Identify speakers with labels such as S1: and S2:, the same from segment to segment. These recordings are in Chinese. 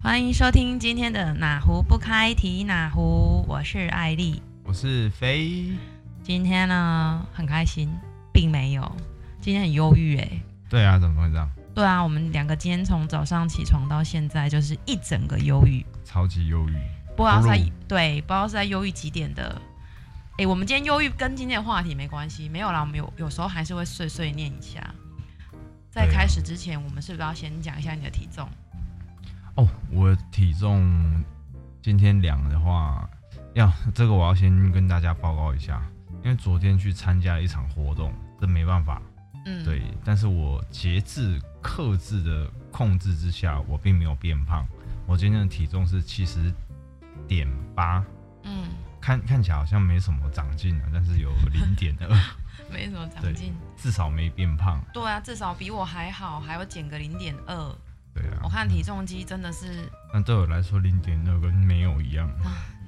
S1: 欢迎收听今天的哪壶不开提哪壶，我是艾丽。
S2: 我是飞。
S1: 今天呢很开心，并没有，今天很忧郁哎。
S2: 对啊，怎么会这样？
S1: 对啊，我们两个今天从早上起床到现在就是一整个忧郁，
S2: 超级忧郁。
S1: 不知道是在
S2: 不录
S1: 对，不知道是在忧郁几点的。哎，我们今天忧郁跟今天的话题没关系，没有啦，我们有有时候还是会碎碎念一下。在
S2: 对啊
S1: 开始之前，我们是不是要先讲一下你的体重？
S2: 哦，我体重今天量的话，要这个我要先跟大家报告一下，因为昨天去参加一场活动，这没办法。
S1: 嗯，
S2: 对，但是我节制、克制的控制之下，我并没有变胖。我今天的体重是七十点八，
S1: 嗯，
S2: 看看起来好像没什么长进啊，但是有零点二，
S1: 没什么长
S2: 对
S1: 进。
S2: 至少没变胖。
S1: 对啊，至少比我还好，还要减个零点二。
S2: 对啊，
S1: 我看体重机真的是，
S2: 但对我来说，零点二跟没有一样。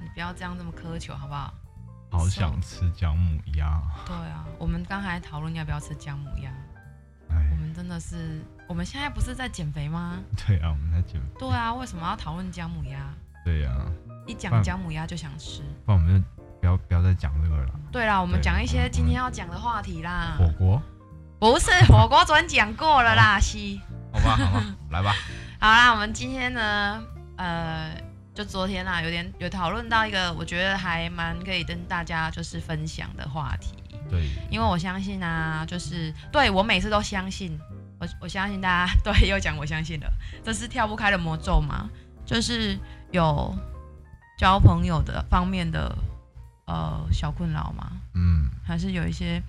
S1: 你不要这样这么苛求，好不好？
S2: 好想吃姜母鸭，
S1: 对啊，我们刚才讨论要不要吃姜母鸭，我
S2: 哎，
S1: 们真的是，我们现在不是在减肥吗？
S2: 对啊，我们在减，
S1: 对啊，为什么要讨论姜母鸭？
S2: 对啊，
S1: 一讲
S2: 饭
S1: 姜母鸭就想吃。
S2: 不然我们就不要不要再讲这个了。
S1: 对啦，我们
S2: 对
S1: 讲一
S2: 我
S1: 些
S2: 们
S1: 今天要讲的话题啦。
S2: 火 锅，
S1: 不是火锅，昨天讲过了啦，西。
S2: 好吧，好吧，来吧。
S1: 好啦，我们今天呢，呃，就昨天啦，有点有讨论到一个我觉得还蛮可以跟大家就是分享的话题，
S2: 对，
S1: 因为我相信啊，就是对我每次都相信，我我相信大家 对又讲我相信了，这是跳不开的魔咒嘛，就是有交朋友的方面的呃小困扰嘛，
S2: 嗯，
S1: 还是有一些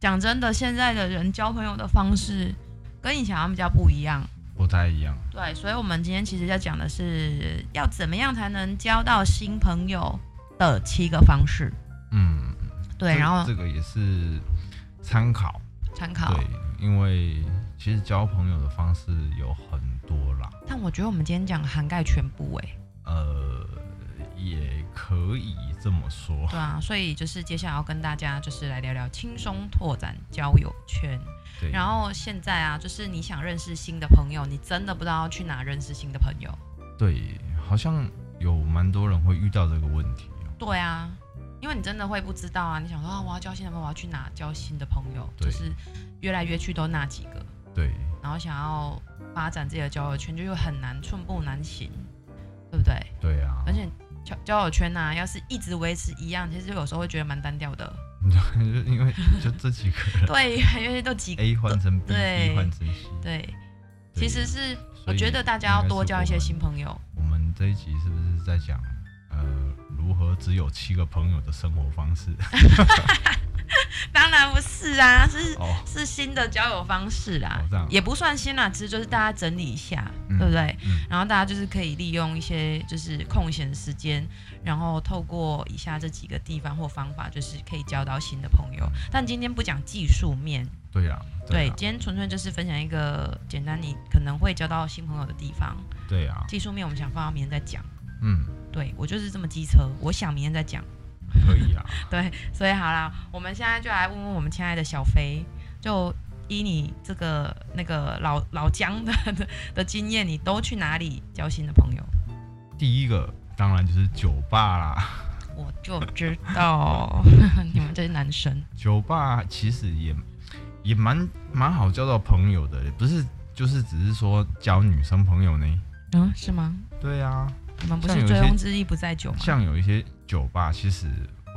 S1: 讲真的，现在的人交朋友的方式跟以前他们比较不一样。
S2: 不太一样。
S1: 对，所以，我们今天其实要讲的是要怎么样才能交到新朋友的七个方式。
S2: 嗯，
S1: 对，
S2: 这
S1: 然后
S2: 这个也是参考，
S1: 参考。
S2: 对，因为其实交朋友的方式有很多啦，
S1: 但我觉得我们今天讲涵盖全部、欸，
S2: 呃，也可以这么说。
S1: 对啊，所以就是接下来要跟大家就是来聊聊轻松拓展交友圈。
S2: 对，
S1: 然后现在啊，就是你想认识新的朋友，你真的不知道去哪认识新的朋友。
S2: 对，好像有蛮多人会遇到这个问题哦。
S1: 对啊，因为你真的会不知道啊，你想说啊，我要交新的朋友，我要去哪交新的朋友，就
S2: 对
S1: 是约来约去都那几个。
S2: 对，
S1: 然后想要发展自己的交友圈，就又很难寸步难行，对不对？
S2: 对啊，
S1: 而且交交友圈呐、要是一直维持一样，其实有时候会觉得蛮单调的。
S2: 就 因为就这几个人
S1: 对， 因为都几
S2: A 换成 B，B
S1: 对
S2: 换成 C。
S1: 对，
S2: 对
S1: 其实是
S2: 所
S1: 我
S2: 以
S1: 觉得大家要多交一些新朋友。
S2: 我们这一集是不是在讲呃如何只有七个朋友的生活 方式？
S1: 当然不是啊，是
S2: 哦，
S1: 是新的交友方式啦
S2: 哦这样，
S1: 啊也不算新啦，其实就是大家整理一下，
S2: 嗯
S1: 对不对？
S2: 嗯，
S1: 然后大家就是可以利用一些就是空闲时间，然后透过以下这几个地方或方法，就是可以交到新的朋友。但今天不讲技术面，
S2: 对啊，
S1: 对，
S2: 啊
S1: 今天纯粹就是分享一个简单你可能会交到新朋友的地方。
S2: 对啊，
S1: 技术面我们想放到明天再讲。
S2: 嗯，
S1: 对我就是这么机车，我想明天再讲。
S2: 可以啊，
S1: 所以好啦，我们现在就来问问我们亲爱的小飞，就依你这个那个老老姜的 的的经验，你都去哪里交新的朋友？
S2: 第一个当然就是酒吧啦，
S1: 我就知道 你们这些男生，
S2: 酒吧其实也也蛮蛮好交到朋友的，不是就是只是说交女生朋友呢？
S1: 嗯，是吗？
S2: 对啊，
S1: 你们不
S2: 像
S1: 是
S2: 有一
S1: 醉
S2: 些
S1: 翁之意不在酒吗？
S2: 像有一些酒吧，其实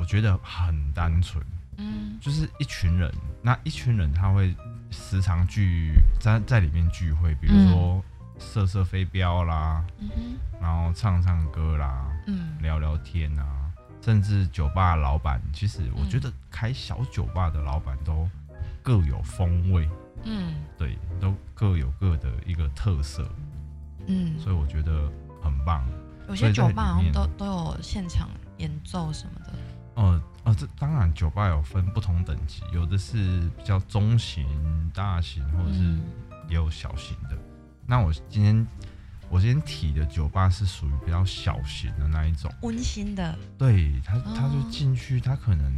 S2: 我觉得很单纯。
S1: 嗯
S2: 就是一群人，那一群人他会时常聚在在里面聚会，比如说射射飞镖啦，
S1: 嗯哼
S2: 然后唱唱歌啦，
S1: 嗯，
S2: 聊聊天啊，甚至酒吧老板，其实我觉得开小酒吧的老板都各有风味，
S1: 嗯
S2: 对，都各有各的一个特色，
S1: 嗯，
S2: 所以我觉得很棒。
S1: 有
S2: 所
S1: 些
S2: 以在
S1: 酒吧好像
S2: 里面
S1: 都都有现场演奏什么的。
S2: 呃呃，这当然酒吧有分不同等级，有的是比较中型、大型，或者是
S1: 嗯
S2: 也有小型的。那我今天我今天提的酒吧是属于比较小型的那一种，
S1: 温馨的，
S2: 对他
S1: 哦
S2: 他就进去，他可能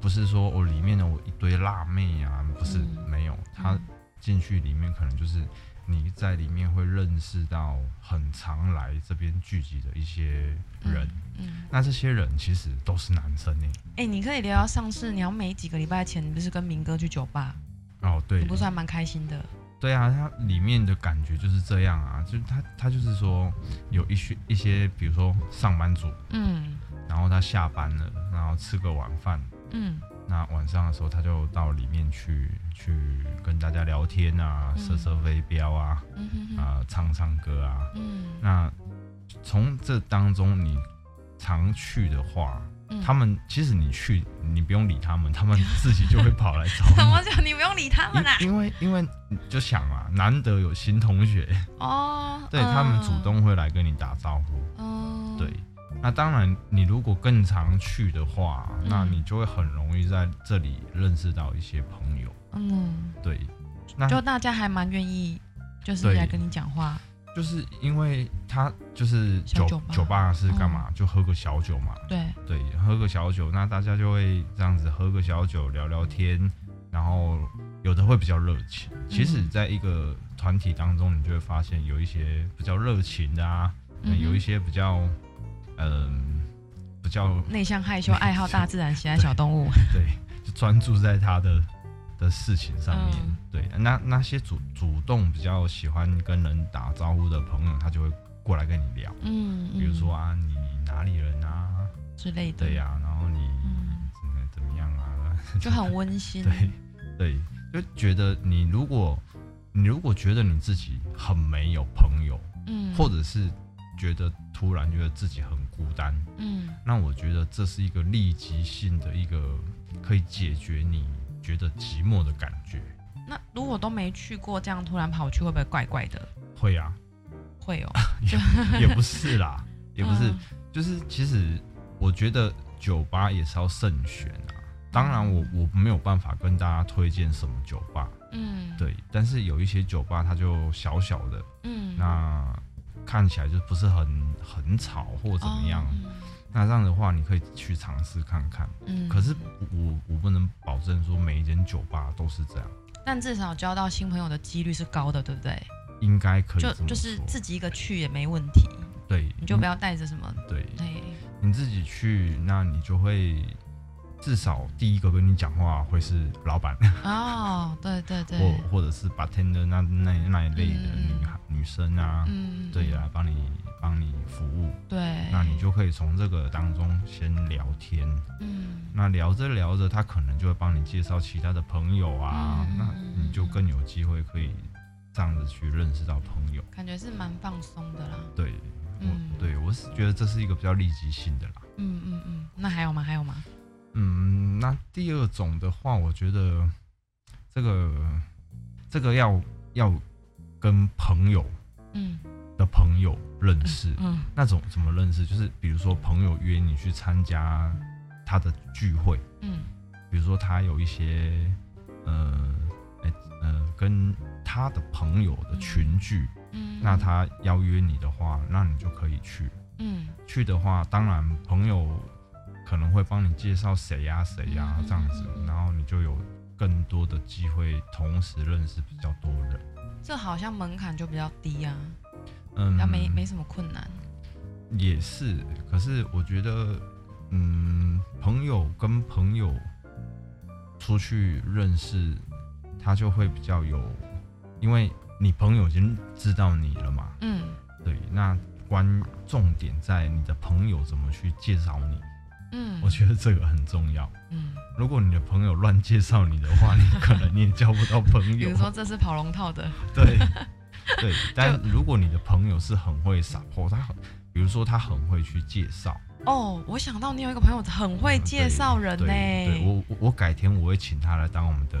S2: 不是说哦里面的我一堆辣妹啊，不是、
S1: 嗯
S2: 没有，他
S1: 嗯
S2: 进去里面可能就是你在里面会认识到很常来这边聚集的一些人，
S1: 嗯，
S2: 那这些人其实都是男生欸诶。
S1: 哎、你可以聊聊上次，你要没几个礼拜前，你不是跟明哥去酒吧，
S2: 哦，对
S1: 你，不是还蛮开心的？
S2: 对啊，它里面的感觉就是这样啊，就是他他就是说有一些一些，比如说上班族，
S1: 嗯
S2: 然后他下班了，然后吃个晚饭，
S1: 嗯
S2: 那晚上的时候他就到里面去去跟大家聊天啊，
S1: 嗯
S2: 射射飞镖啊，
S1: 嗯哼哼
S2: 啊、唱唱歌啊，
S1: 嗯
S2: 那从这当中你常去的话，
S1: 嗯
S2: 他们其实你去你不用理他 们，他们自己就会跑来找
S1: 怎
S2: 你。
S1: 么讲？你不用理他们啦、啊
S2: 因因为因为你就想嘛，难得有新同学，
S1: 哦，
S2: 对
S1: 嗯
S2: 他们主，动会来跟你打招呼。
S1: 嗯，
S2: 对，，那当然你如果更常去的话，
S1: 嗯
S2: 那你就会很容易在这里认识到一些朋友。
S1: 嗯，
S2: 对，那
S1: 就大家还蛮愿意，就是
S2: 对
S1: 来跟你讲话，
S2: 就是因为他就是
S1: 小酒
S2: 酒
S1: 吧嗯
S2: 酒吧是干嘛？就喝个小酒嘛。
S1: 对，
S2: 对，喝个小酒，那大家就会这样子喝个小酒聊聊天，然后有的会比较热情。
S1: 嗯
S2: 其实，在一个团体当中，你就会发现有一些比较热情的啊，
S1: 嗯哼
S2: 有一些比较，嗯、比较
S1: 内向害羞，爱好大自然，喜爱小动物，
S2: 对，就专注在他的的事情上面。
S1: 嗯
S2: 对，那那些主主动比较喜欢跟人打招呼的朋友，他就会过来跟你聊，
S1: 嗯，嗯
S2: 比如说啊，你哪里人啊？
S1: 之类的，
S2: 对呀、然后你
S1: 嗯
S2: 怎么怎么样啊？
S1: 就很温馨，
S2: 对对，就觉得你如果你如果觉得你自己很没有朋友，
S1: 嗯，
S2: 或者是觉得突然觉得自己很孤单，
S1: 嗯
S2: 那我觉得这是一个立即性的一个可以解决你觉得寂寞的感觉。，
S1: 那如果都没去过，这样突然跑去会不会怪怪的？
S2: 会啊，
S1: 会哦，
S2: 也不是啦，也不是，
S1: 嗯
S2: 就是其实我觉得酒吧也是要慎选啊。当然我，我没有办法跟大家推荐什么酒吧，
S1: 嗯，，
S2: 对，但是有一些酒吧它就小小的，
S1: 嗯，
S2: 那看起来就不是很很吵或怎么样。
S1: 哦
S2: 那这样的话，你可以去尝试看看。
S1: 嗯，
S2: 可是我我不能保证说每一间酒吧都是这样，
S1: 但至少交到新朋友的几率是高的，对不对？
S2: 应该可以
S1: 就
S2: 这么
S1: 就是
S2: 说
S1: 自己一个去也没问题，
S2: 对，嗯
S1: 你就不要带着什么，
S2: 对
S1: 对，
S2: 你自己去，那你就会至少第一个跟你讲话会是老板
S1: 哦，对对对，
S2: 或或者是 bartender 那那那一类的
S1: 嗯嗯
S2: 女孩、女生啊，
S1: 嗯，
S2: 对呀、，帮你帮你服务，
S1: 对，
S2: 那你就可以从这个当中先聊天。
S1: 嗯，
S2: 那聊着聊着，他可能就会帮你介绍其他的朋友啊，
S1: 嗯嗯
S2: 那
S1: 嗯
S2: 你就更有机会可以这样子去认识到朋友。
S1: 感觉是蛮放松的啦，
S2: 对，我、
S1: 嗯
S2: 对我是觉得这是一个比较立即性的啦。
S1: 嗯嗯嗯，那还有吗？还有吗？
S2: 嗯，那第二种的话，我觉得这个这个要要跟朋友
S1: 嗯
S2: 的朋友认识，
S1: 嗯
S2: 那种怎么认识？就是比如说朋友约你去参加他的聚会，
S1: 嗯
S2: 比如说他有一些呃诶呃跟他的朋友的群聚，
S1: 嗯，
S2: 那他邀约你的话，那你就可以去。
S1: 嗯
S2: 去的话，当然朋友可能会帮你介绍谁呀谁呀
S1: 嗯
S2: 这样子，然后你就有更多的机会同时认识比较多人。
S1: 这好像门槛就比较低啊，
S2: 嗯，
S1: 要没没什么困难。
S2: 也是，可是我觉得，嗯，朋友跟朋友出去认识，他就会比较有，因为你朋友已经知道你了嘛，
S1: 嗯
S2: 对，那关重点在你的朋友怎么去介绍你，
S1: 嗯，
S2: 我觉得这个很重要。
S1: 嗯，
S2: 如果你的朋友乱介绍你的话，你可能你也交不到朋
S1: 比
S2: 友
S1: 如。说这是跑龙套的，
S2: 对对，但如果你的朋友是很会 support，他很，比如说他很会去介绍，
S1: 哦，我想到你有一个朋友很会介绍人呢、
S2: 啊对对我我我改天我会请他来当我们的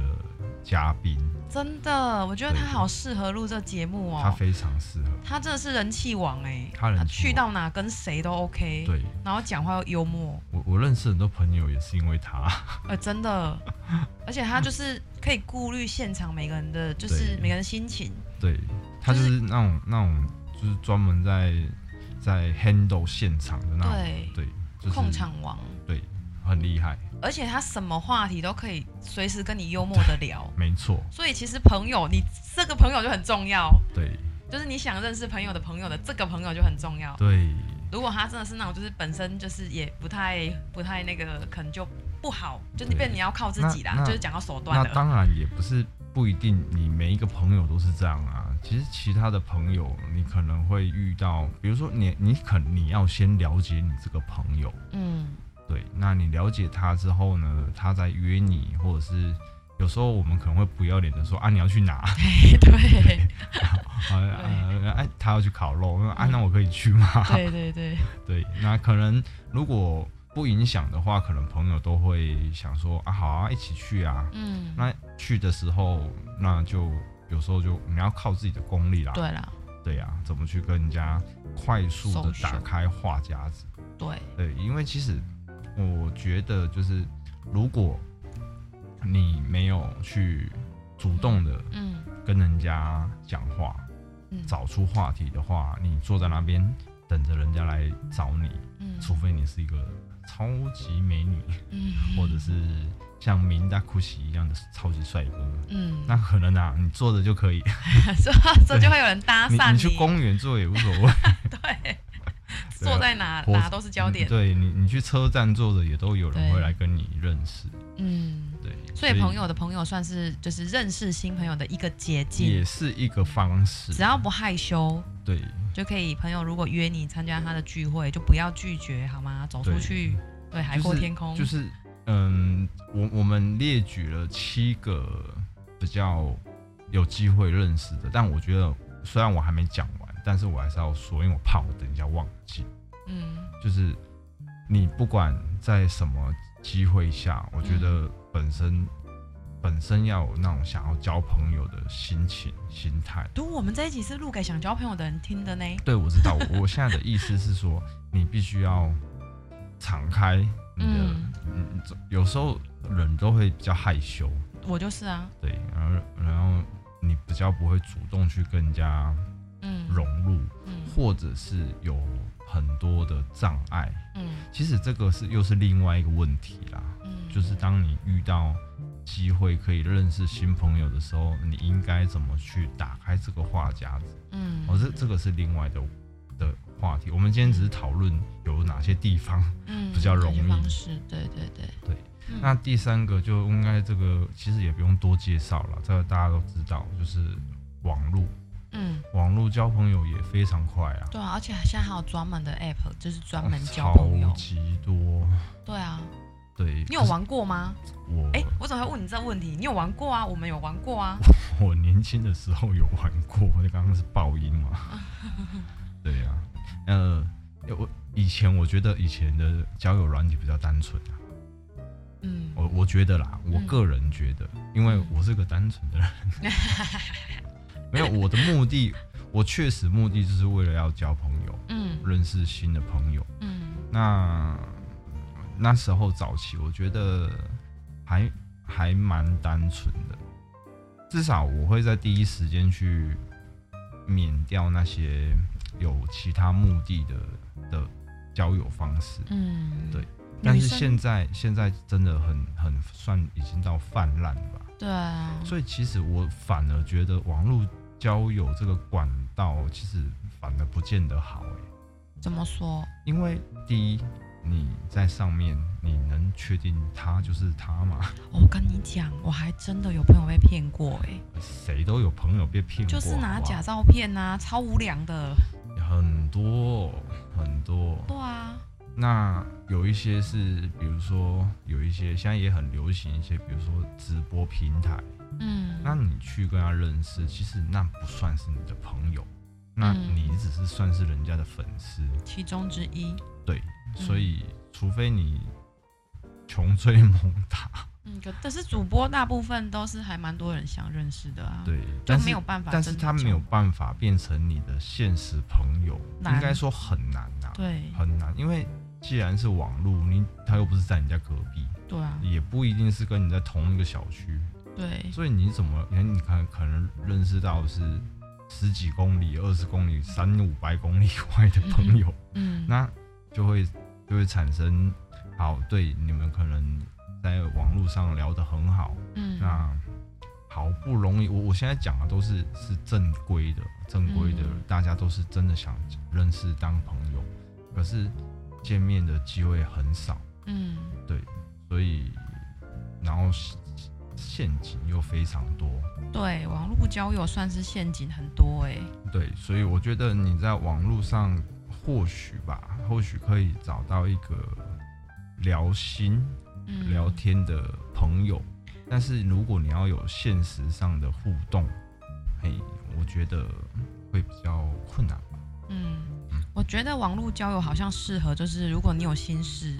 S2: 嘉宾，
S1: 真的，我觉得他
S2: 对
S1: 好适合录这节目
S2: 他
S1: 哦。
S2: 非常适合。
S1: 他真的是人气王哎、
S2: 他人气王
S1: 去到哪跟谁都 OK，
S2: 对
S1: 然后讲话又幽默，
S2: 我我认识很多朋友也是因为他，
S1: 呃，真的， 而且他就是可以顾虑现场每个人的，就是
S2: 对
S1: 每个人心情，
S2: 对他就
S1: 就是
S2: 是那种那种就是专门在在 handle 现场的那种，
S1: 对，
S2: 对，就是
S1: 控场王，
S2: 对，很厉害，
S1: 而且他什么话题都可以随时跟你幽默的聊。
S2: 没错，
S1: 所以其实朋友，你这个朋友就很重要，
S2: 对
S1: 就是你想认识朋友的朋友的这个朋友就很重要。
S2: 对
S1: 如果他真的是那种就是本身就是也不太不太那个，可能就不好，就你变
S2: 对
S1: 你要靠自己啦
S2: 那，那
S1: 就是讲到手段
S2: 那
S1: 了。
S2: 当然也不是不一定，你每一个朋友都是这样啊。其实其他的朋友，你可能会遇到，比如说你，你可你要先了解你这个朋友，
S1: 嗯，
S2: 对，那你了解他之后呢，他再约你，或者是有时候我们可能会不要脸的说啊，你要去哪？
S1: 对
S2: 啊呃，哎、他要去烤肉，啊，那我可以去吗？
S1: 对对对，
S2: 对，那可能如果不影响的话，可能朋友都会想说啊，好啊，一起去啊。
S1: 嗯，
S2: 那去的时候，那就有时候就你要靠自己的功力啦。
S1: 对啦，
S2: 对呀、怎么去跟人家快速的
S1: Social
S2: 打开话匣子？
S1: 对，
S2: 对，因为其实我觉得就是，如果你没有去主动的
S1: 嗯
S2: 跟人家讲话，
S1: 嗯，
S2: 找出话题的话，你坐在那边等着人家来找你，
S1: 嗯
S2: 除非你是一个超级美女，
S1: 嗯
S2: 或者是像明达库奇一样的超级帅哥，
S1: 嗯，
S2: 那可能啊，你坐着就可以，
S1: 这这就会有人搭
S2: 你
S1: 讪
S2: 你去公园坐也无所 谓，
S1: 对，坐在哪
S2: 我
S1: 哪都是焦点。
S2: 对你，你去车站坐着也都有人
S1: 对
S2: 会来跟你认识，
S1: 嗯，
S2: 对，
S1: 所以朋友的朋友算是就是认识新朋友的一个捷径
S2: 也，是一个方式，
S1: 只要不害羞
S2: 对
S1: 就可以。朋友如果约你参加他的聚会，就不要拒绝好吗？走出
S2: 对
S1: 去，对，海阔天空，
S2: 就是、就是、嗯，我我们列举了七个比较有机会认识的，但我觉得虽然我还没讲完，但是我还是要说，因为我怕我等一下忘记。
S1: 嗯
S2: 就是你不管在什么机会下，我觉得
S1: 嗯
S2: 本身、本身要有那种想要交朋友的心情心态。
S1: 对，我们这一集是录给想交朋友的人听的呢。
S2: 对，我知道， 我我现在的意思是说，你必须要敞开你的，
S1: 嗯
S2: 嗯，有时候人都会比较害羞，
S1: 我就是啊，
S2: 对，然后然后你比较不会主动去跟人家
S1: 嗯，
S2: 融入，
S1: 嗯
S2: 或者是有很多的障碍。
S1: 嗯
S2: 其实这个是又是另外一个问题啦，
S1: 嗯，
S2: 就是当你遇到机会可以认识新朋友的时候，你应该怎么去打开这个话匣子？
S1: 嗯，
S2: 哦，这这个是另外的的话题。我们今天只是讨论有哪些 地方。
S1: 嗯
S2: 比较容易
S1: 感觉方式，对对对
S2: 对，
S1: 嗯
S2: 那第三个就应该这个其实也不用多介绍了，这个大家都知道，就是网络，
S1: 嗯，
S2: 网络交朋友也非常快啊，
S1: 对啊，而且现在还有专门的 app，就是专门交
S2: 超
S1: 朋友，
S2: 级多。
S1: 对啊，
S2: 对，
S1: 你有玩过吗？
S2: 可是我？
S1: 哎、我怎么会问你这个问题？你有玩过啊？我们有玩过啊。
S2: 我年轻的时候有玩过，刚刚是爆音嘛？对呀、啊，呃，我以前我觉得以前的交友软体比较单纯啊，
S1: 嗯，
S2: 我我觉得啦，我
S1: 嗯
S2: 个人觉得，因为我是个单纯的人，没有我的目的，我确实目的就是为了要交朋友，
S1: 嗯
S2: 认识新的朋友。
S1: 嗯
S2: 那那时候早期，我觉得还还蛮单纯的，至少我会在第一时间去免掉那些有其他目的的的交友方式。
S1: 嗯，
S2: 对
S1: 女
S2: 但是
S1: 生
S2: 现在现在真的很很算已经到泛滥了吧，
S1: 对啊，
S2: 所以其实我反而觉得网络交友这个管道其实反而不见得好、欸
S1: 怎么说？
S2: 因为第一，你在上面你能确定他就是他吗？
S1: 哦我跟你讲，我还真的有朋友被骗过、哎，
S2: 谁都有朋友被骗
S1: 就
S2: 过，
S1: 是拿
S2: 好不好
S1: 假照片啊，超无良的。
S2: 很多很多。
S1: 对啊，
S2: 那有一些是，比如说有一些现在也很流行一些，比如说直播平台，
S1: 嗯，
S2: 那你去跟他认识，其实那不算是你的朋友，那
S1: 嗯
S2: 你只是算是人家的粉丝，
S1: 其中之一。
S2: 对，
S1: 嗯
S2: 所以除非你穷追猛打，
S1: 嗯，可但是主播大部分都是还蛮多人想认识的啊，，
S2: 对，
S1: 就
S2: 但
S1: 没
S2: 是
S1: 有办法真
S2: 但
S1: 的
S2: 是
S1: 交，
S2: 他没有办法变成你的现实朋友，
S1: 难
S2: 应该说很难呐、
S1: 对
S2: 很难，因为既然是网络，你他又不是在你家隔壁，
S1: 对啊，
S2: 也不一定是跟你在同一个小区，
S1: 对，
S2: 所以你怎么，哎你看你看可能认识到的是十几公里、二十公里、三五百公里以外的朋友，
S1: 嗯，
S2: 那就会就会产生好，对，你们可能在网络上聊得很好，
S1: 嗯，
S2: 那好不容易，我我现在讲的都是是正规的，正规的，
S1: 嗯
S2: 大家都是真的想认识当朋友，可是见面的机会很少，
S1: 嗯
S2: 所以然后陷阱又非常多，
S1: 对，网络交友算是陷阱很多哎、
S2: 对，所以我觉得你在网络上或许吧，或许可以找到一个聊心
S1: 嗯，
S2: 聊天的朋友，但是如果你要有现实上的互动，嘿，我觉得会比较困难吧。
S1: 嗯，我觉得网络交友好像适合，就是如果你有心事，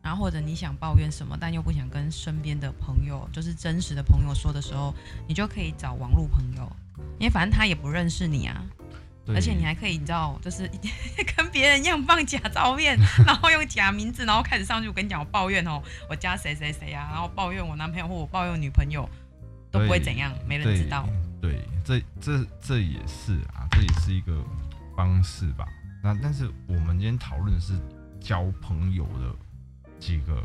S1: 然后或者你想抱怨什么，但又不想跟身边的朋友，就是真实的朋友说的时候，你就可以找网络朋友，因为反正他也不认识你啊，
S2: 对，
S1: 而且你还可以，你知道，就是 跟别人一样放假照片， 然后用假名字，然后开始上去，我跟你讲，我抱怨哦，我家谁谁谁啊，然后抱怨我男朋友或我抱怨女朋友，都不会
S2: 对
S1: 怎样，没人知道。
S2: 对。对，这这这也是啊，这也是一个方式吧。那但是我们今天讨论的是交朋友的几个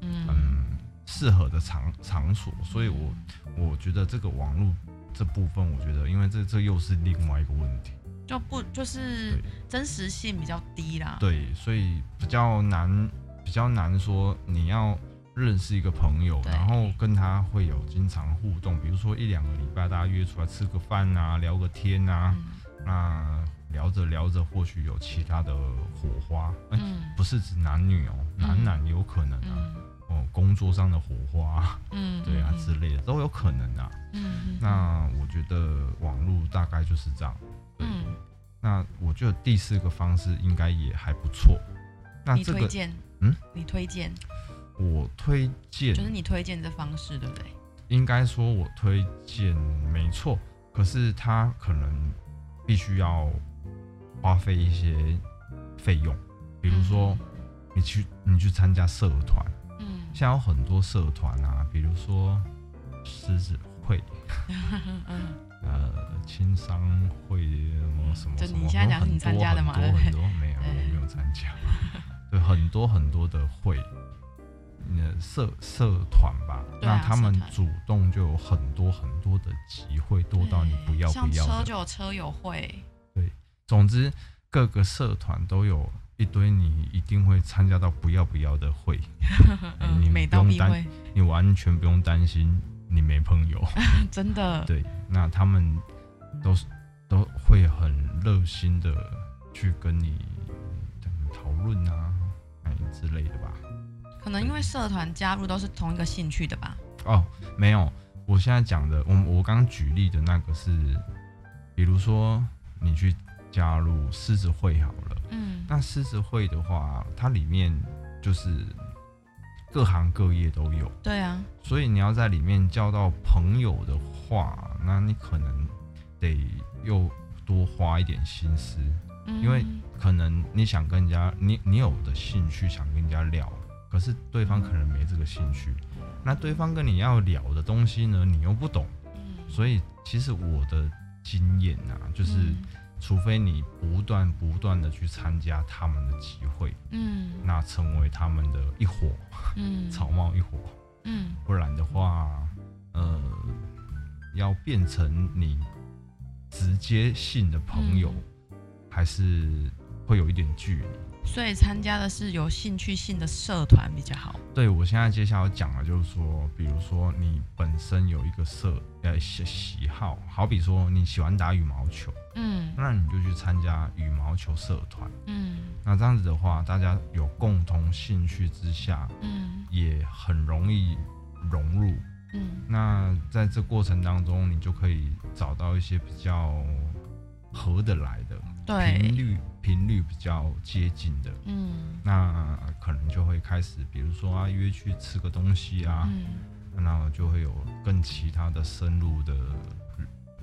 S1: 嗯
S2: 嗯适合的场场所，所以我我觉得这个网络这部分，我觉得因为这这又是另外一个问题，
S1: 就不就是
S2: 对
S1: 真实性比较低啦。
S2: 对，所以比较难比较难说你要认识一个朋友，
S1: 对
S2: 然后跟他会有经常互动，比如说一两个礼拜大家约出来吃个饭啊，聊个天啊，
S1: 嗯
S2: 那聊着聊着或许有其他的火花，嗯、
S1: 嗯
S2: 不是指男女哦，男男有可能啊，
S1: 嗯
S2: 哦，工作上的火花啊，
S1: 嗯，
S2: 对啊之类的都有可能啊。
S1: 嗯，嗯
S2: 那我觉得网络大概就是这样。对
S1: 嗯，
S2: 那我觉得第四个方式应该也还不错。那
S1: 你
S2: 这
S1: 推
S2: 个
S1: 荐，
S2: 嗯，
S1: 你推荐，
S2: 我推荐
S1: 就，是你推荐这方式，对不对？
S2: 应该说我推荐没错，可是它可能必须要花费一些费用，比如说你去你去参加社团，
S1: 嗯，
S2: 现在有很多社团啊，比如说狮子 会、
S1: 嗯嗯
S2: 呃青商会呃什么
S1: 就
S2: 什
S1: 你
S2: 么什么，
S1: 现在讲是你
S2: 很多
S1: 参加的嘛
S2: 很
S1: 对
S2: 多
S1: 不
S2: 很多没有，
S1: 对
S2: 我没有参加。对，很多很多的会，呃，社社团吧，
S1: 对啊
S2: 那他们
S1: 社团
S2: 主动就有很多很多的集会，多到你不要
S1: 像
S2: 不
S1: 车
S2: 要的。
S1: 就有车友会，
S2: 总之，各个社团都有一堆你一定会参加到不要不要 的会，哎
S1: 嗯
S2: 你
S1: 美
S2: 不
S1: 到
S2: 用
S1: 必
S2: 担
S1: 会，
S2: 你完全不用担心你没朋友。
S1: 真的，
S2: 对，那他们都是都会很热心的去跟你嗯讨论啊，哎之类的吧。
S1: 可能因为社团加入都是同一个兴趣的吧。
S2: 哦，没有，我现在讲的，我我刚举例的那个是，比如说你去加入狮子会好了，
S1: 嗯
S2: 那狮子会的话，它里面就是各行各业都有，
S1: 对啊，
S2: 所以你要在里面交到朋友的话，那你可能得又多花一点心思，
S1: 嗯
S2: 因为可能你想跟人家，你你有的兴趣想跟人家聊，可是对方可能没这个兴趣，那对方跟你要聊的东西呢，你又不懂，
S1: 嗯
S2: 所以其实我的经验啊，就是
S1: 嗯
S2: 除非你不断不断的去参加他们的集会，
S1: 嗯
S2: 那成为他们的一伙
S1: 嗯
S2: 草帽一伙，
S1: 嗯
S2: 不然的话，呃，要变成你直接性的朋友，还是会有一点距离。
S1: 所以参加的是有兴趣性的社团比较好。
S2: 对我现在接下来要讲的就是说，比如说你本身有一个社呃喜喜好，好比说你喜欢打羽毛球，
S1: 嗯
S2: 那你就去参加羽毛球社团。
S1: 嗯
S2: 那这样子的话，大家有共同兴趣之下，
S1: 嗯
S2: 也很容易融入。
S1: 嗯
S2: 那在这过程当中，你就可以找到一些比较合得来的频
S1: 对，
S2: 率，频率比较接近的，
S1: 嗯
S2: 那呃可能就会开始，比如说啊约去吃个东西啊，
S1: 嗯。
S2: 那就会有更其他的深入的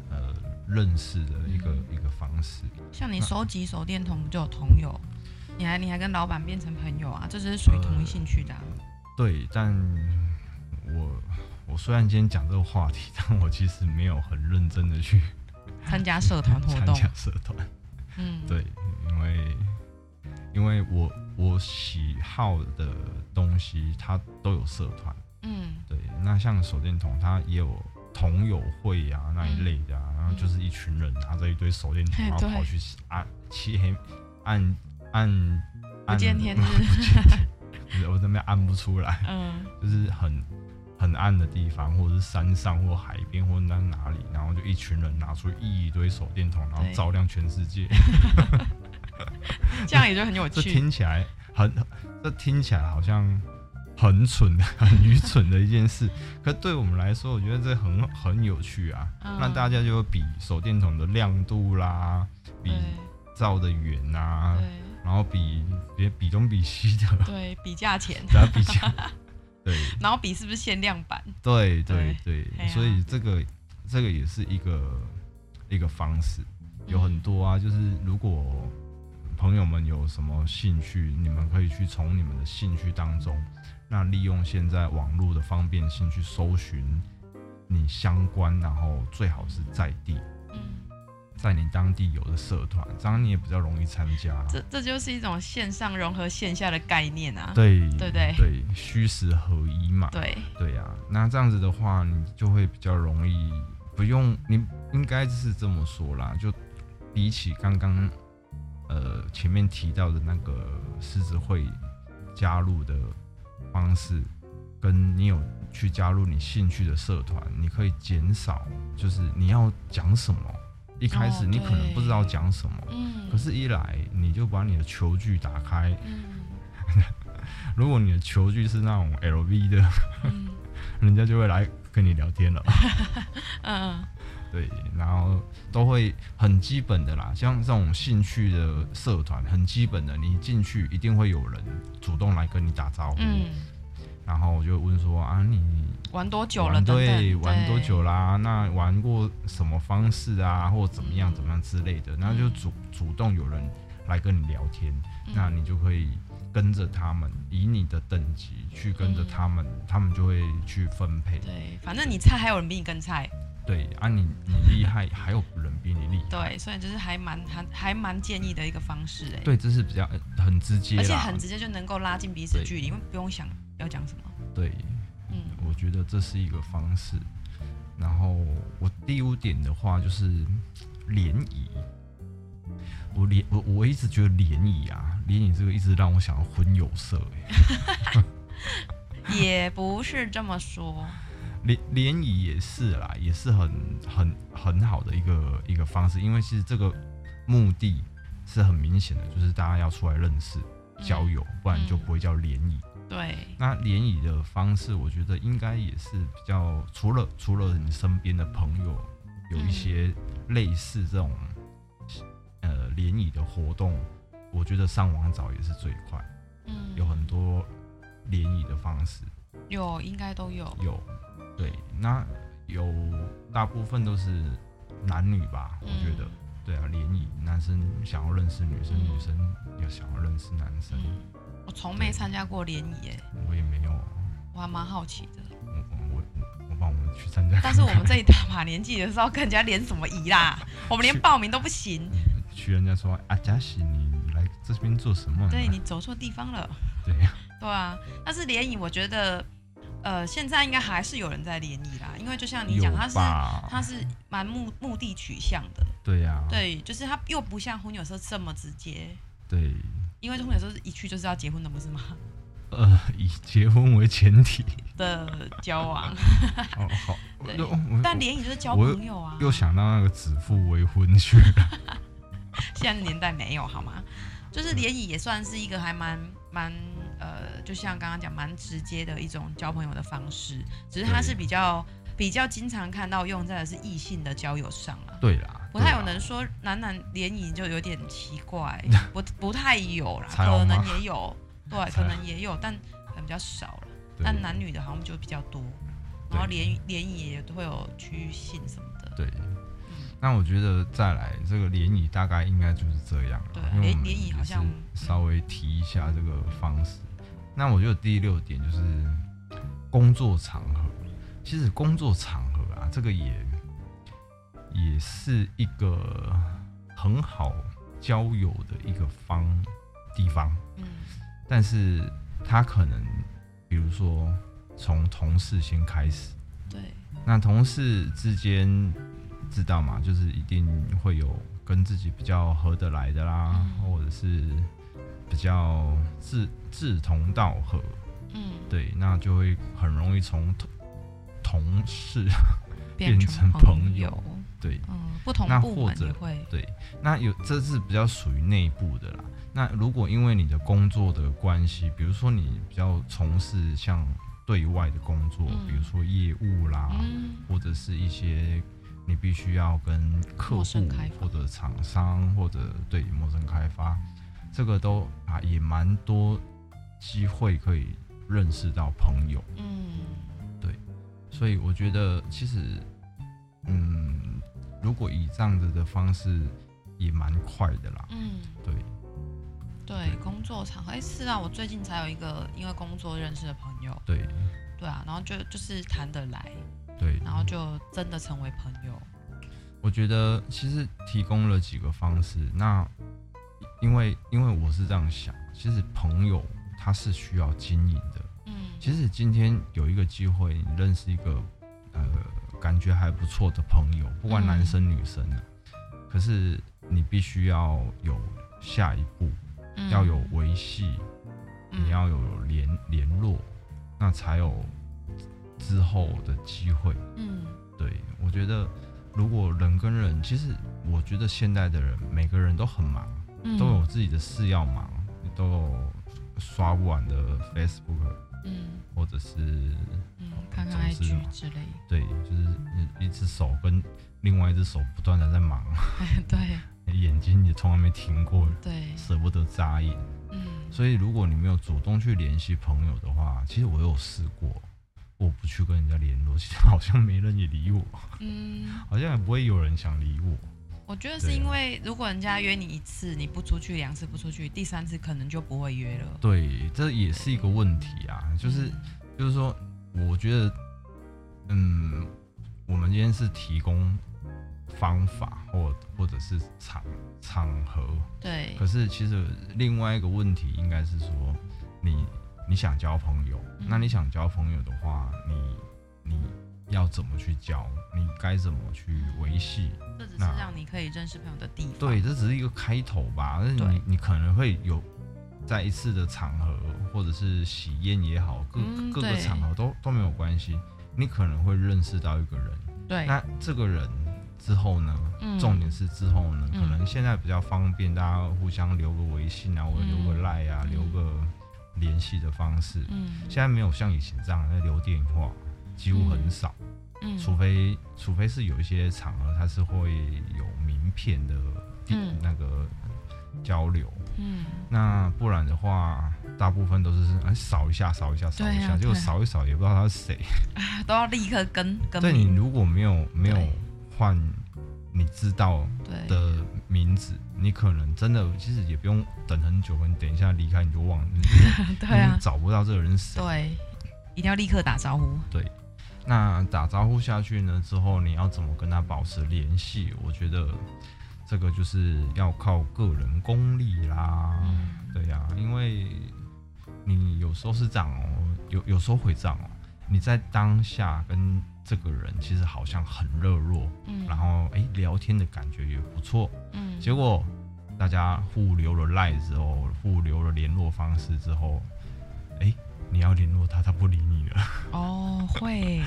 S2: 呃认识的一个、
S1: 嗯
S2: 一个方式。
S1: 像你收集手电筒不就有同友？你还你还跟老板变成朋友啊？这只是属于同一兴趣的、啊。
S2: 对，但我我虽然今天讲这个话题，但我其实没有很认真的去
S1: 参加社团活
S2: 呃参
S1: 动，
S2: 加社团。
S1: 嗯，
S2: 对，因为因为我我喜好的东西，它都有社团。
S1: 嗯
S2: 对，那像手电筒，它也有同友会啊那一类的、啊，然后就是一群人拿着一堆手电筒，
S1: 哎
S2: 然后
S1: 嗯对
S2: 跑去啊漆黑暗暗
S1: 不
S2: 暗
S1: 见天日
S2: 不见天不 是我这边按不出来，
S1: 嗯
S2: 就是很很暗的地方，或者是山上或海边或那哪里，然后就一群人拿出一堆手电筒，然后
S1: 对
S2: 照亮全世界。
S1: 嗯这样也就很有
S2: 这
S1: 趣。
S2: 听起来很，这听起来好像很蠢、很愚蠢的一件事。 可对我们来说，我觉得这很很有趣啊。
S1: 嗯
S2: 那大家就会比手电筒的亮度啦，比
S1: 对
S2: 照的远啊，
S1: 对
S2: 然后比别比东比西的，
S1: 对，比价钱，
S2: 然后比较，对
S1: 然后比是不是限量版？
S2: 对对对，
S1: 嘿啊
S2: 所以这个这个也是一个一个方式。有很多啊，就是如果朋友们有什么兴趣，你们可以去从你们的兴趣当中，那利用现在网络的方便性去搜寻你相关，然后最好是在地，
S1: 嗯，
S2: 在你当地有的社团，这样你也比较容易参加。
S1: 这这就是一种线上融合线下的概念啊。
S2: 对
S1: 对不对
S2: 对，虚实合一嘛。
S1: 对
S2: 对呀、那这样子的话，你就会比较容易不用，你应该是这么说啦，就比起刚刚呃前面提到的那个狮子会加入的方式，跟你有去加入你兴趣的社团，你可以减少就是你要讲什么，一开始
S1: 哦
S2: 你可能不知道讲什么，
S1: 嗯，
S2: 可是一来你就把你的球具打开，
S1: 嗯
S2: 如果你的球具是那种 LV 的。
S1: 嗯
S2: 人家就会来跟你聊天了。
S1: 嗯
S2: 对，然后都会很基本的啦，像这种兴趣的社团，很基本的，你进去一定会有人主动来跟你打招呼，
S1: 嗯，
S2: 然后我就问说啊，你
S1: 玩多久了？
S2: 玩
S1: 等等
S2: 对玩多？久
S1: 对
S2: 啦？那玩过什么方式啊，或怎么样
S1: 嗯
S2: 怎么样之类的，然后就主主动有人来跟你聊天，
S1: 嗯
S2: 那你就可以跟着他们，以你的等级去跟着他们，他们就会去分配。
S1: 嗯对，反正你菜还有人比你更菜，
S2: 对啊你，你厉害，还有人比你厉害。
S1: 对，所以就是还蛮还还蛮建议的一个方式哎。
S2: 对，这是比较呃很直接啦，
S1: 而且很直接就能够拉近彼此
S2: 对
S1: 距离，因为不用想要讲什么。
S2: 对，
S1: 嗯
S2: 我觉得这是一个方式。然后我第五点的话就是联谊，我联我我一直觉得联谊啊，联谊这个一直让我想要混有色、欸，
S1: 嗯也不是这么 说，
S2: 联联谊也是啦，也是很很很好的一个一个方式，因为其实这个目的是很明显的，就是大家要出来认识
S1: 嗯
S2: 交友，不然就不会叫联谊。
S1: 对，
S2: 那联谊的方式，我觉得应该也是比较，除了除了你身边的朋友有一些类似这种、呃联谊的活动，我觉得上网找也是最快，
S1: 嗯，
S2: 有很多联谊的方式
S1: 有应该都有，
S2: 有，对，那有大部分都是男女吧，
S1: 嗯
S2: 我觉得，对啊，联谊男生想要认识女生，
S1: 嗯
S2: 女生也想要认识男生，
S1: 嗯，我从没参加过联谊，哎，
S2: 我也没有啊，
S1: 我还蛮好奇的。
S2: 我我我我帮我们去参加
S1: 但是我们这一大把年纪的时候，跟人家联什么谊 啦？我们连报名都不行。
S2: 去人家说啊，嘉喜，你来这边做什么、啊？
S1: 对你走错地方了。
S2: 对
S1: 对啊，但是联谊，我觉得，呃，现在应该还是有人在联谊啦，因为就像你
S2: 有
S1: 讲，它是
S2: 吧？
S1: 它是蛮目目的取向的，
S2: 对啊呀、
S1: 对，就是它又不像婚友社这么直接，
S2: 对，
S1: 因为婚友社是一去就是要结婚的，不是吗？
S2: 呃，以结婚为 前提。
S1: 的交往，
S2: 哦，好，
S1: 对
S2: 又我
S1: 但
S2: 我
S1: 联谊就是交
S2: 我
S1: 朋友啊。
S2: 又想到那个指腹为婚去了。
S1: 现在的年代没有好吗？就是联谊也算是一个还蛮蛮呃，就像刚刚讲蛮直接的一种交朋友的方式，只是它
S2: 对
S1: 是比较比较经常看到用在的是异性的交友上啊。
S2: 对啦，
S1: 不太
S2: 对
S1: 有
S2: 啦
S1: 人说男男联谊就有点奇怪， 不不太有啦，
S2: 才有
S1: 可
S2: 吗
S1: 能也有，对，可
S2: 才有
S1: 能也有，但可能比较少了。
S2: 对
S1: 但男女的好像就比较多，然后
S2: 对
S1: 联联谊也都会有区域性什么的。
S2: 对。那我觉得再来这个联谊大概应该就是这样了，
S1: 对
S2: 因为
S1: 联
S2: 我们
S1: 联谊好
S2: 也是
S1: 像
S2: 稍微提一下这个方式。那我觉得第六点就是工作场合，其实工作场合啊，这个也也是一个很好交友的一个方地方。
S1: 嗯
S2: 但是他可能比如说从同事先开始，
S1: 对，
S2: 那同事之间知道嘛，就是一定会有跟自己比较合得来的啦，
S1: 嗯
S2: 或者是比较志志同道合，
S1: 嗯，
S2: 对，那就会很容易从同同事
S1: 变
S2: 变成朋友
S1: 友，
S2: 对
S1: 嗯，不同
S2: 那
S1: 部
S2: 或
S1: 门
S2: 者
S1: 也会，
S2: 那有这是比较属于内部的啦。那如果因为你的工作的关系，比如说你比较从事像对外的工作，
S1: 嗯
S2: 比如说业务啦，
S1: 嗯，
S2: 或者是一些你必须要跟客
S1: 陌
S2: 户
S1: 生开发
S2: 或者厂商或者对陌生开发，这个都啊也蛮多机会可以认识到朋友。
S1: 嗯，
S2: 所以我觉得其实，嗯，如果以这样子的方式，也蛮快的啦。
S1: 嗯，
S2: 对，
S1: 对，工作场合，哎，是啊，我最近才有一个因为工作认识的朋友，
S2: 对
S1: 对啊，然后就就是谈得来，
S2: 对，
S1: 然后就真的成为朋友，
S2: 我觉得其实提供了几个方式。那因为因为我是这样想，其实朋友他是需要经营的。
S1: 嗯，
S2: 其实今天有一个机会，你认识一个呃感觉还不错的朋友，不管
S1: 嗯
S2: 男生女生啊，可是你必须要有下一步，
S1: 嗯
S2: 要有维系，
S1: 嗯
S2: 你要有联联络，那才有之后的机会。
S1: 嗯
S2: 对，我觉得如果人跟人，其实我觉得现代的人每个人都很忙，
S1: 嗯
S2: 都有自己的事要忙，都有刷不完的 Facebook
S1: 嗯
S2: 或者是
S1: 嗯，看看
S2: 总之嘛
S1: IG 之类 的，
S2: 对，就是一只手跟另外一只手不断的在忙，
S1: 对
S2: 眼睛也从来没停过，
S1: 对，
S2: 舍不得眨眼。
S1: 嗯，
S2: 所以如果你没有主动去联系朋友的话，其实我有试过，我不去跟人家联络，其实好像没人也理我，
S1: 嗯。
S2: 好像也不会有人想理我。
S1: 我觉得
S2: 对
S1: 是
S2: 啊
S1: 因为，如果人家约你一次，你不出去，两次不出去，第三次可能就不会约了。嗯
S2: 对，这也是一个问题啊，就是就是说，我觉得，嗯，我们今天是提供方法或或者是场场合，
S1: 对
S2: 可，是其实另外一个问题应该是说，你你想交朋友，
S1: 嗯
S2: 那你想交朋友的话，你你要怎么去交？你该怎么去维系？
S1: 这只是
S2: 那
S1: 让你可以认识朋友的地方。
S2: 对，这只是一个开头吧。但是
S1: 对
S2: 你你可能会有在一次的场合，或者是喜宴也好，各、
S1: 嗯
S2: 各个
S1: 对
S2: 场合都都没有关系，你可能会认识到一个人。
S1: 对，
S2: 那这个人之后呢？
S1: 嗯
S2: 重点是之后呢，
S1: 嗯
S2: 可能现在比较方便，大家互相留个微信啊，或者留个
S1: 嗯
S2: 赖啊，
S1: 嗯
S2: 留个联系的方式。
S1: 嗯，
S2: 现在没有像以前这样在留电话，几乎很少，
S1: 嗯
S2: 除非除非是有一些场合，它是会有名片的地、
S1: 嗯
S2: 那个交流，
S1: 嗯
S2: 那不然的话，大部分都是哎扫一下扫一下扫一
S1: 对
S2: 下，
S1: 啊
S2: 结果
S1: 对啊
S2: 扫一扫也不知道他是谁。
S1: 都要立刻跟跟
S2: 对你如果没有没有
S1: 对
S2: 换你知道
S1: 对
S2: 的名字，你可能真的其实也不用等很久，你等一下离开你就忘 了，
S1: 对
S2: 因为
S1: 啊，
S2: 找不到这个人是谁。
S1: 对，一定要立刻打招呼。
S2: 那打招呼下去呢之后，你要怎么跟他保持联系？我觉得这个就是要靠个人功力啦。
S1: 嗯
S2: 对呀、因为你有时候是这样哦，有有时候会这样哦。你在当下跟这个人其实好像很热络，
S1: 嗯
S2: 然后诶聊天的感觉也不错，
S1: 嗯，
S2: 结果大家互留了赖之后，互留了联络方式之后，哎、你要联络他，他不理你了。
S1: 哦会，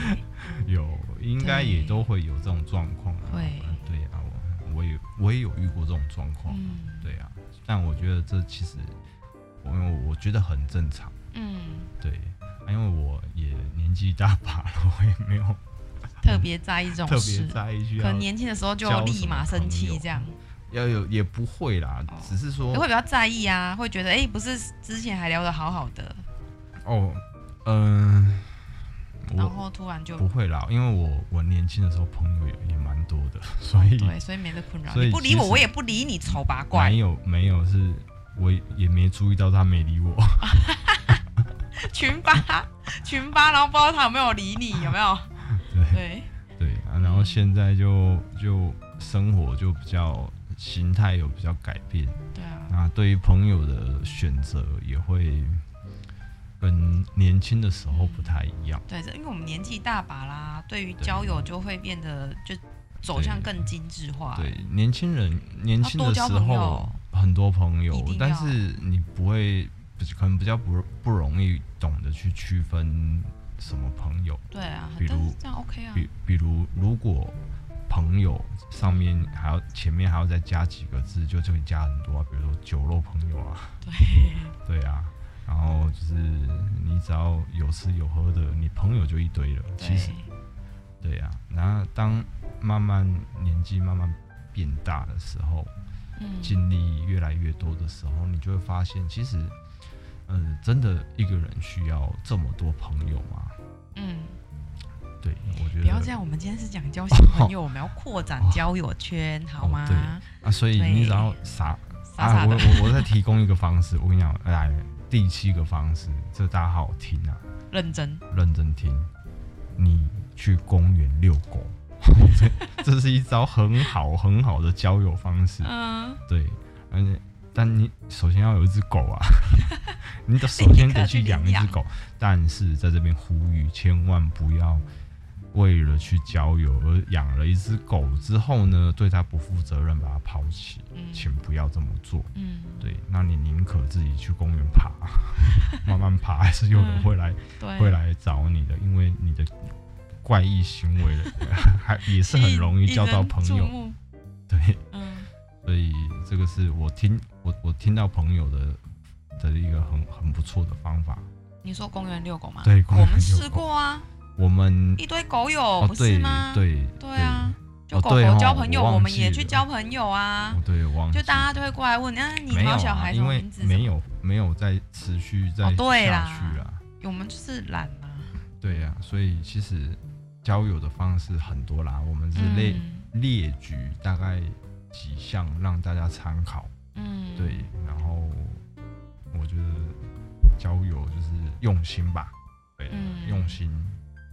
S2: 有，应该
S1: 对
S2: 也都会有这种状况啊。
S1: 会
S2: 嗯对啊，我我也我也有遇过这种状况。
S1: 嗯
S2: 对啊，但我觉得这其实，我我觉得很正常。
S1: 嗯，
S2: 对，啊因为我也年纪大把了，我也没有
S1: 特别在意这
S2: 特
S1: 种
S2: 别
S1: 事，
S2: 在意需
S1: 可
S2: 要
S1: 能年轻的时候就
S2: 交什么
S1: 立马生气这样，
S2: 要有，也不会啦，
S1: 哦
S2: 只是说
S1: 会比较在意啊，会觉得哎，不是之前还聊得好好的，
S2: 哦，嗯、
S1: 然
S2: 我
S1: 后突然就
S2: 不会啦，因为我我年轻的时候朋友也也蛮多的， 所以
S1: 对，所以没得困扰。
S2: 所以
S1: 你不理
S2: 其
S1: 我，
S2: 实
S1: 我也不理你，丑八怪
S2: 没，有没有是。我也没注意到他没理我，
S1: 群发 群发，然后不知道他有没有理你，有没 有？
S2: 对
S1: 对，
S2: 对啊，然后现在就就生活就比较形态有比较改变，
S1: 对啊，
S2: 那对于朋友的选择也会跟年轻的时候不太一样。
S1: 对，这因为我们年纪大把啦，对于交友就会变得就走向更精致化。
S2: 对，年轻人年轻
S1: 多
S2: 的时
S1: 交朋
S2: 候
S1: 友
S2: 很多朋友
S1: 一定，要
S2: 但是你不会，可能比较不不容易懂得去区分什么朋友。
S1: 对啊
S2: 比，如
S1: 但是这样 OK 啊。
S2: 比比如，如果朋友上面还要前面还要再加几个字，就就会加很多啊，比如说酒肉朋友啊，对啊，然后就是你只要有吃有喝的，你朋友就一堆了。其
S1: 对
S2: 实对啊，然后当慢慢年纪慢慢变大的时候，
S1: 嗯，
S2: 经历越来越多的时候，你就会发现，其实，嗯，真的一个人需要这么多朋友吗？
S1: 嗯，
S2: 对，我觉得
S1: 不要这样，我们今天是讲交新朋友，我们要扩展交友圈，好吗？
S2: 哦啊，所以
S1: 对
S2: 你只要傻
S1: 傻傻
S2: 啊！我
S1: 的
S2: 我我再提供一个方式，我跟你讲，来第七个方式，这大家好好听啊，
S1: 认真，
S2: 认真听。你去公园遛狗， 这这是一招很好很好的交友方式。
S1: 嗯，
S2: 对，而且但你首先要有一只狗 啊，你得首先得去养一只狗。但是在这边呼吁，千万不要为了去交友而养了一只狗之后呢，对它不负责任，把它抛弃，
S1: 嗯
S2: 请不要这么做。
S1: 嗯，
S2: 对，那你宁可自己去公园爬， 慢慢爬，还是有人会来、
S1: 嗯对，
S2: 会来找你的，因为你的怪异行 为还也是很容易交到朋
S1: 引人
S2: 友
S1: 注。目
S2: 对，
S1: 嗯，
S2: 所以这个是我听我我听到朋友的的一个很很不错的方法。
S1: 你说公园遛狗吗？
S2: 对公园
S1: 我们
S2: 遛
S1: 试
S2: 狗
S1: 过啊，
S2: 我们
S1: 一堆狗友
S2: 哦
S1: 不是
S2: 对
S1: 吗？
S2: 对
S1: 对啊，就
S2: 哦
S1: 狗
S2: 对
S1: 狗
S2: 哦
S1: 交朋友，
S2: 我忘
S1: 我们也
S2: 记
S1: 去
S2: 了
S1: 交朋友啊
S2: 哦，对，忘记
S1: 就大家就会过来问，那、啊、你
S2: 没有
S1: 毛
S2: 啊
S1: 小孩什
S2: 因
S1: 么
S2: 为
S1: 名字？
S2: 没，有没有再持续再
S1: 哦
S2: 下
S1: 对
S2: 去
S1: 啦
S2: 啊，
S1: 我们就是懒嘛。
S2: 对呀、所以其实交友的方式很多啦，我们是列、
S1: 嗯
S2: 列举大概几项让大家参考。
S1: 嗯，
S2: 对，然后我觉得交友就是用心吧，对，啊
S1: 嗯
S2: 用心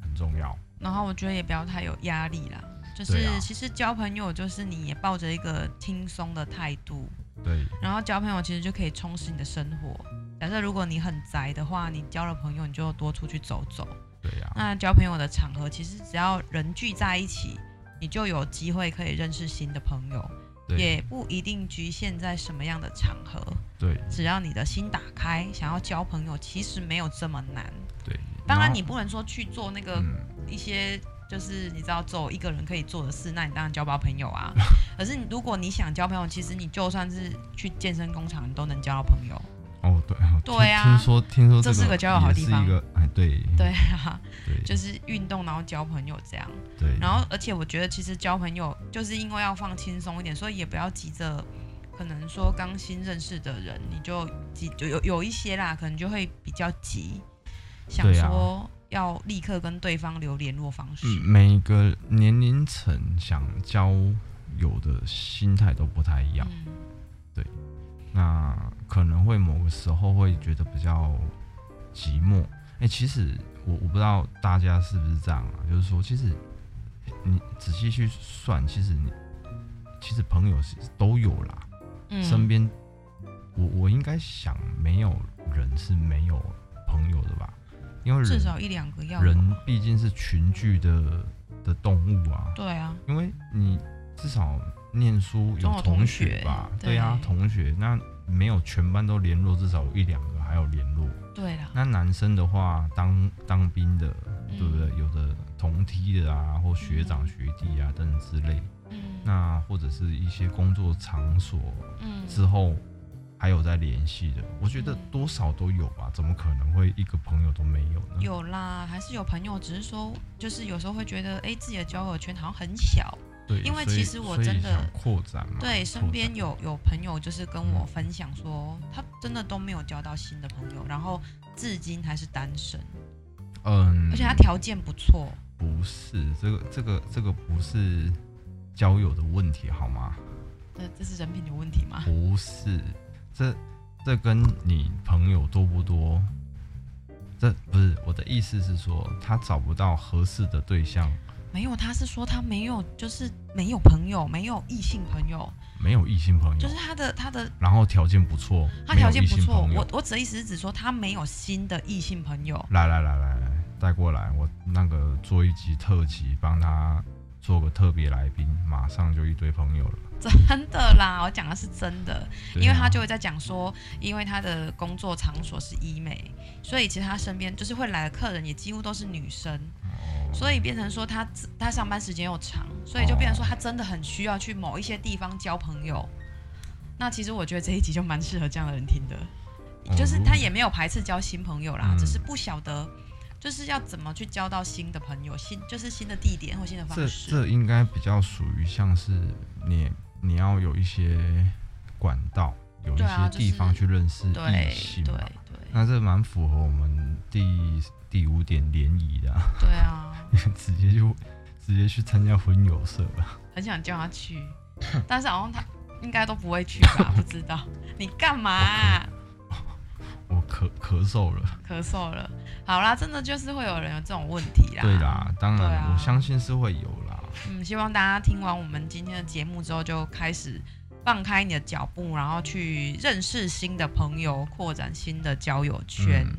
S2: 很重要。
S1: 然后我觉得也不要太有压力啦，就是、
S2: 对啊
S1: 其实交朋友就是你也抱着一个轻松的态度，
S2: 对，
S1: 然后交朋友其实就可以充实你的生活。假设如果你很宅的话，你交了朋友，你就多出去走走。
S2: 对呀、
S1: 那交朋友的场合，其实只要人聚在一起，你就有机会可以认识新的朋友，
S2: 对
S1: 也不一定局限在什么样的场合。
S2: 对
S1: 只要你的心打开，想要交朋友，其实没有这么难。
S2: 对。
S1: 当然，
S2: 后
S1: 你不能说去做那个
S2: 嗯，
S1: 一些就是你知道只有一个人可以做的事，那你当然交不到朋友 啊。可是你如果你想交朋友，其实你就算是去健身工厂，你都能交到朋友。
S2: 哦对哦，
S1: 对
S2: 听
S1: 啊
S2: 听说听说
S1: 这是个
S2: 个
S1: 交友好
S2: 也
S1: 地
S2: 是
S1: 方
S2: 一个哎，对
S1: 对啊，
S2: 对，
S1: 就是运动然后交朋友这样。
S2: 对，
S1: 然后，而且我觉得其实交朋友就是因为要放轻松一点，所以也不要急着，可能说刚新认识的人，你就急就有有一些啦，可能就会比较急，想
S2: 对啊
S1: 说要立刻跟对方留联络方式。
S2: 嗯每个年龄层想交友的心态都不太一样，
S1: 嗯
S2: 那可能会某个时候会觉得比较寂寞。哎、其实我我不知道大家是不是这样啊，就是说，其实你仔细去算，其实你其实朋友是都有啦，
S1: 嗯
S2: 身边我我应该想没有人是没有朋友的吧，因为
S1: 至
S2: 人
S1: 少一两个要有
S2: 人
S1: 吧
S2: 毕竟是群居的的动物啊，
S1: 对啊，
S2: 因为你至少念书有
S1: 总有
S2: 同
S1: 同
S2: 学
S1: 学
S2: 吧？
S1: 对
S2: 对啊，同学那没有全班都联络，至少有一两个还有联络。
S1: 对啦，
S2: 那男生的话，当当兵的，
S1: 嗯
S2: 对不对？有的同梯的啊，或学长学弟啊等等之类。
S1: 嗯
S2: 那或者是一些工作场所
S1: 嗯
S2: 之后还有在联系的，我觉得
S1: 嗯
S2: 多少都有吧，怎么可能会一个朋友都没有呢？
S1: 有啦，还是有朋友，只是说就是有时候会觉得，哎、自己的交友圈好像很小。
S2: 对，
S1: 因为
S2: 所以
S1: 其实我
S2: 所以
S1: 真的
S2: 想扩展嘛，
S1: 对，
S2: 拓
S1: 身
S2: 展
S1: 边有有朋友就是跟我分享说，他真的都没有交到新的朋友，然后至今还是单身，
S2: 嗯，
S1: 而且他条件不错。
S2: 不是这个这个这个不是交友的问题好吗？
S1: 这这是人品有问题吗？
S2: 不是，这这跟你朋友多不多，这不是我的意思是说，他找不到合适的对象，
S1: 没有，他是说他没有，就是没有朋友，没有异性朋友，
S2: 没有异性朋友，
S1: 就是他的他的
S2: 然后条件不错，
S1: 他
S2: 没有
S1: 条件
S2: 异
S1: 不
S2: 性
S1: 错。
S2: 朋友
S1: 我我只的意思是指说他没有新的异性朋友，
S2: 来来来来来，带过来，我那个做一集特辑，帮他做个特别来宾，马上就一堆朋友了。
S1: 真的啦，我讲的是真的，
S2: 对
S1: 因为
S2: 啊
S1: 他就会在讲说，因为他的工作场所是医美，所以其实他身边就是会来的客人也几乎都是女生，
S2: 哦
S1: 所以变成说他他上班时间又长，所以就变成说他真的很需要去某一些地方交朋友。那其实我觉得这一集就蛮适合这样的人听的，
S2: 哦
S1: 就是他也没有排斥交新朋友啦，
S2: 嗯
S1: 只是不晓得就是要怎么去交到新的朋友，新就是新的地点或新的方
S2: 这
S1: 式。
S2: 这应该比较属于像是你你要有一些管道，有一
S1: 对啊
S2: 些
S1: 就是
S2: 地方去认识异
S1: 对
S2: 性
S1: 对
S2: 吧。
S1: 对
S2: 那这蛮符合我们第第五点联谊的、啊，
S1: 对啊，
S2: 直接就直接去参加婚友社了。
S1: 很想叫他去，但是好像他应该都不会去 吧？不知道你干嘛啊、
S2: 我咳咳嗽了。
S1: 咳嗽了？好啦，真的就是会有人有这种问题啦。
S2: 对啦，当
S1: 对
S2: 然、
S1: 啊
S2: 我相信是会有啦。
S1: 嗯，希望大家听完我们今天的节目之后，就开始放开你的脚步，然后去认识新的朋友，扩展新的交友圈。
S2: 嗯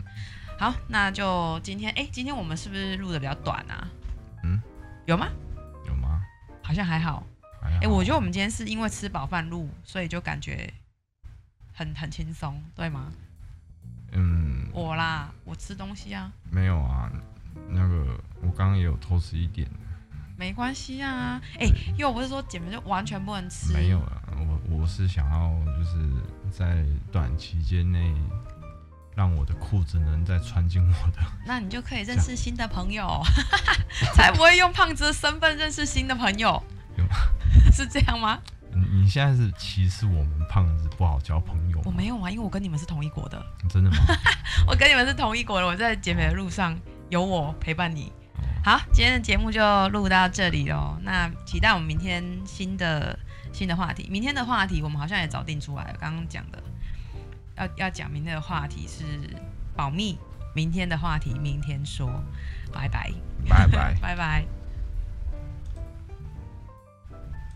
S1: 好，那就今天，哎，今天我们是不是录的比较短啊？
S2: 嗯，
S1: 有吗？
S2: 有吗？
S1: 好像还好。
S2: 还好
S1: 哎，我觉得我们今天是因为吃饱饭录，所以就感觉很很轻松，对吗？
S2: 嗯，
S1: 我啦，我吃东西啊，
S2: 没有啊，那个我刚刚也有偷吃一点，
S1: 没关系啊。哎，
S2: 对
S1: 因为我不是说减肥就完全不能吃，
S2: 嗯没有啊，我我是想要就是在短期间内让我的裤子能再穿进我的，
S1: 那你就可以认识新的朋友， 才不会用胖子的身份认识新的朋友
S2: 有，
S1: 是这样吗？
S2: 你你现在是歧视我们胖子不好交朋友吗？
S1: 我没有啊，因为我跟你们是同一国的，
S2: 真的吗？
S1: 我跟你们是同一国的，我在减肥的路上有我陪伴你。好，今天的节目就录到这里喽，那期待我们明天新的新的话题，明天的话题我们好像也早定出来了，刚刚讲的，要要讲明天的话题是保密，明天的话题明天说，拜拜，
S2: 拜拜。
S1: 拜拜。